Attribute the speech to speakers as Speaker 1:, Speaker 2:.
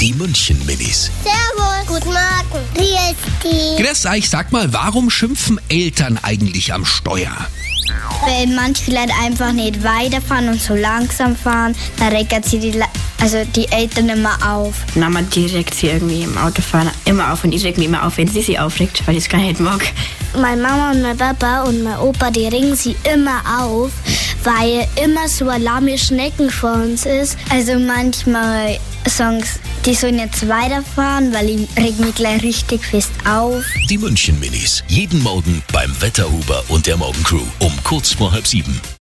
Speaker 1: Die München-Minis.
Speaker 2: Servus. Guten Morgen. Wie ist die?
Speaker 1: Grüß euch, sag mal, warum schimpfen Eltern eigentlich am Steuer?
Speaker 3: Weil manche Leute einfach nicht weiterfahren und so langsam fahren, dann regen sie die, Le- also die Eltern immer auf.
Speaker 4: Mama direkt sie irgendwie im Auto fahren immer auf und ich reg mich immer auf, wenn sie sie aufregt, weil ich es gar nicht mag.
Speaker 3: Meine Mama und mein Papa und mein Opa, die regen sie immer auf, weil immer so alarme Schnecken vor uns ist. Also manchmal sagen sie, die sollen jetzt weiterfahren, weil ich reg mich gleich richtig fest auf.
Speaker 1: Die München-Minis. Jeden Morgen beim Wetterhuber und der Morgencrew um kurz vor halb sieben.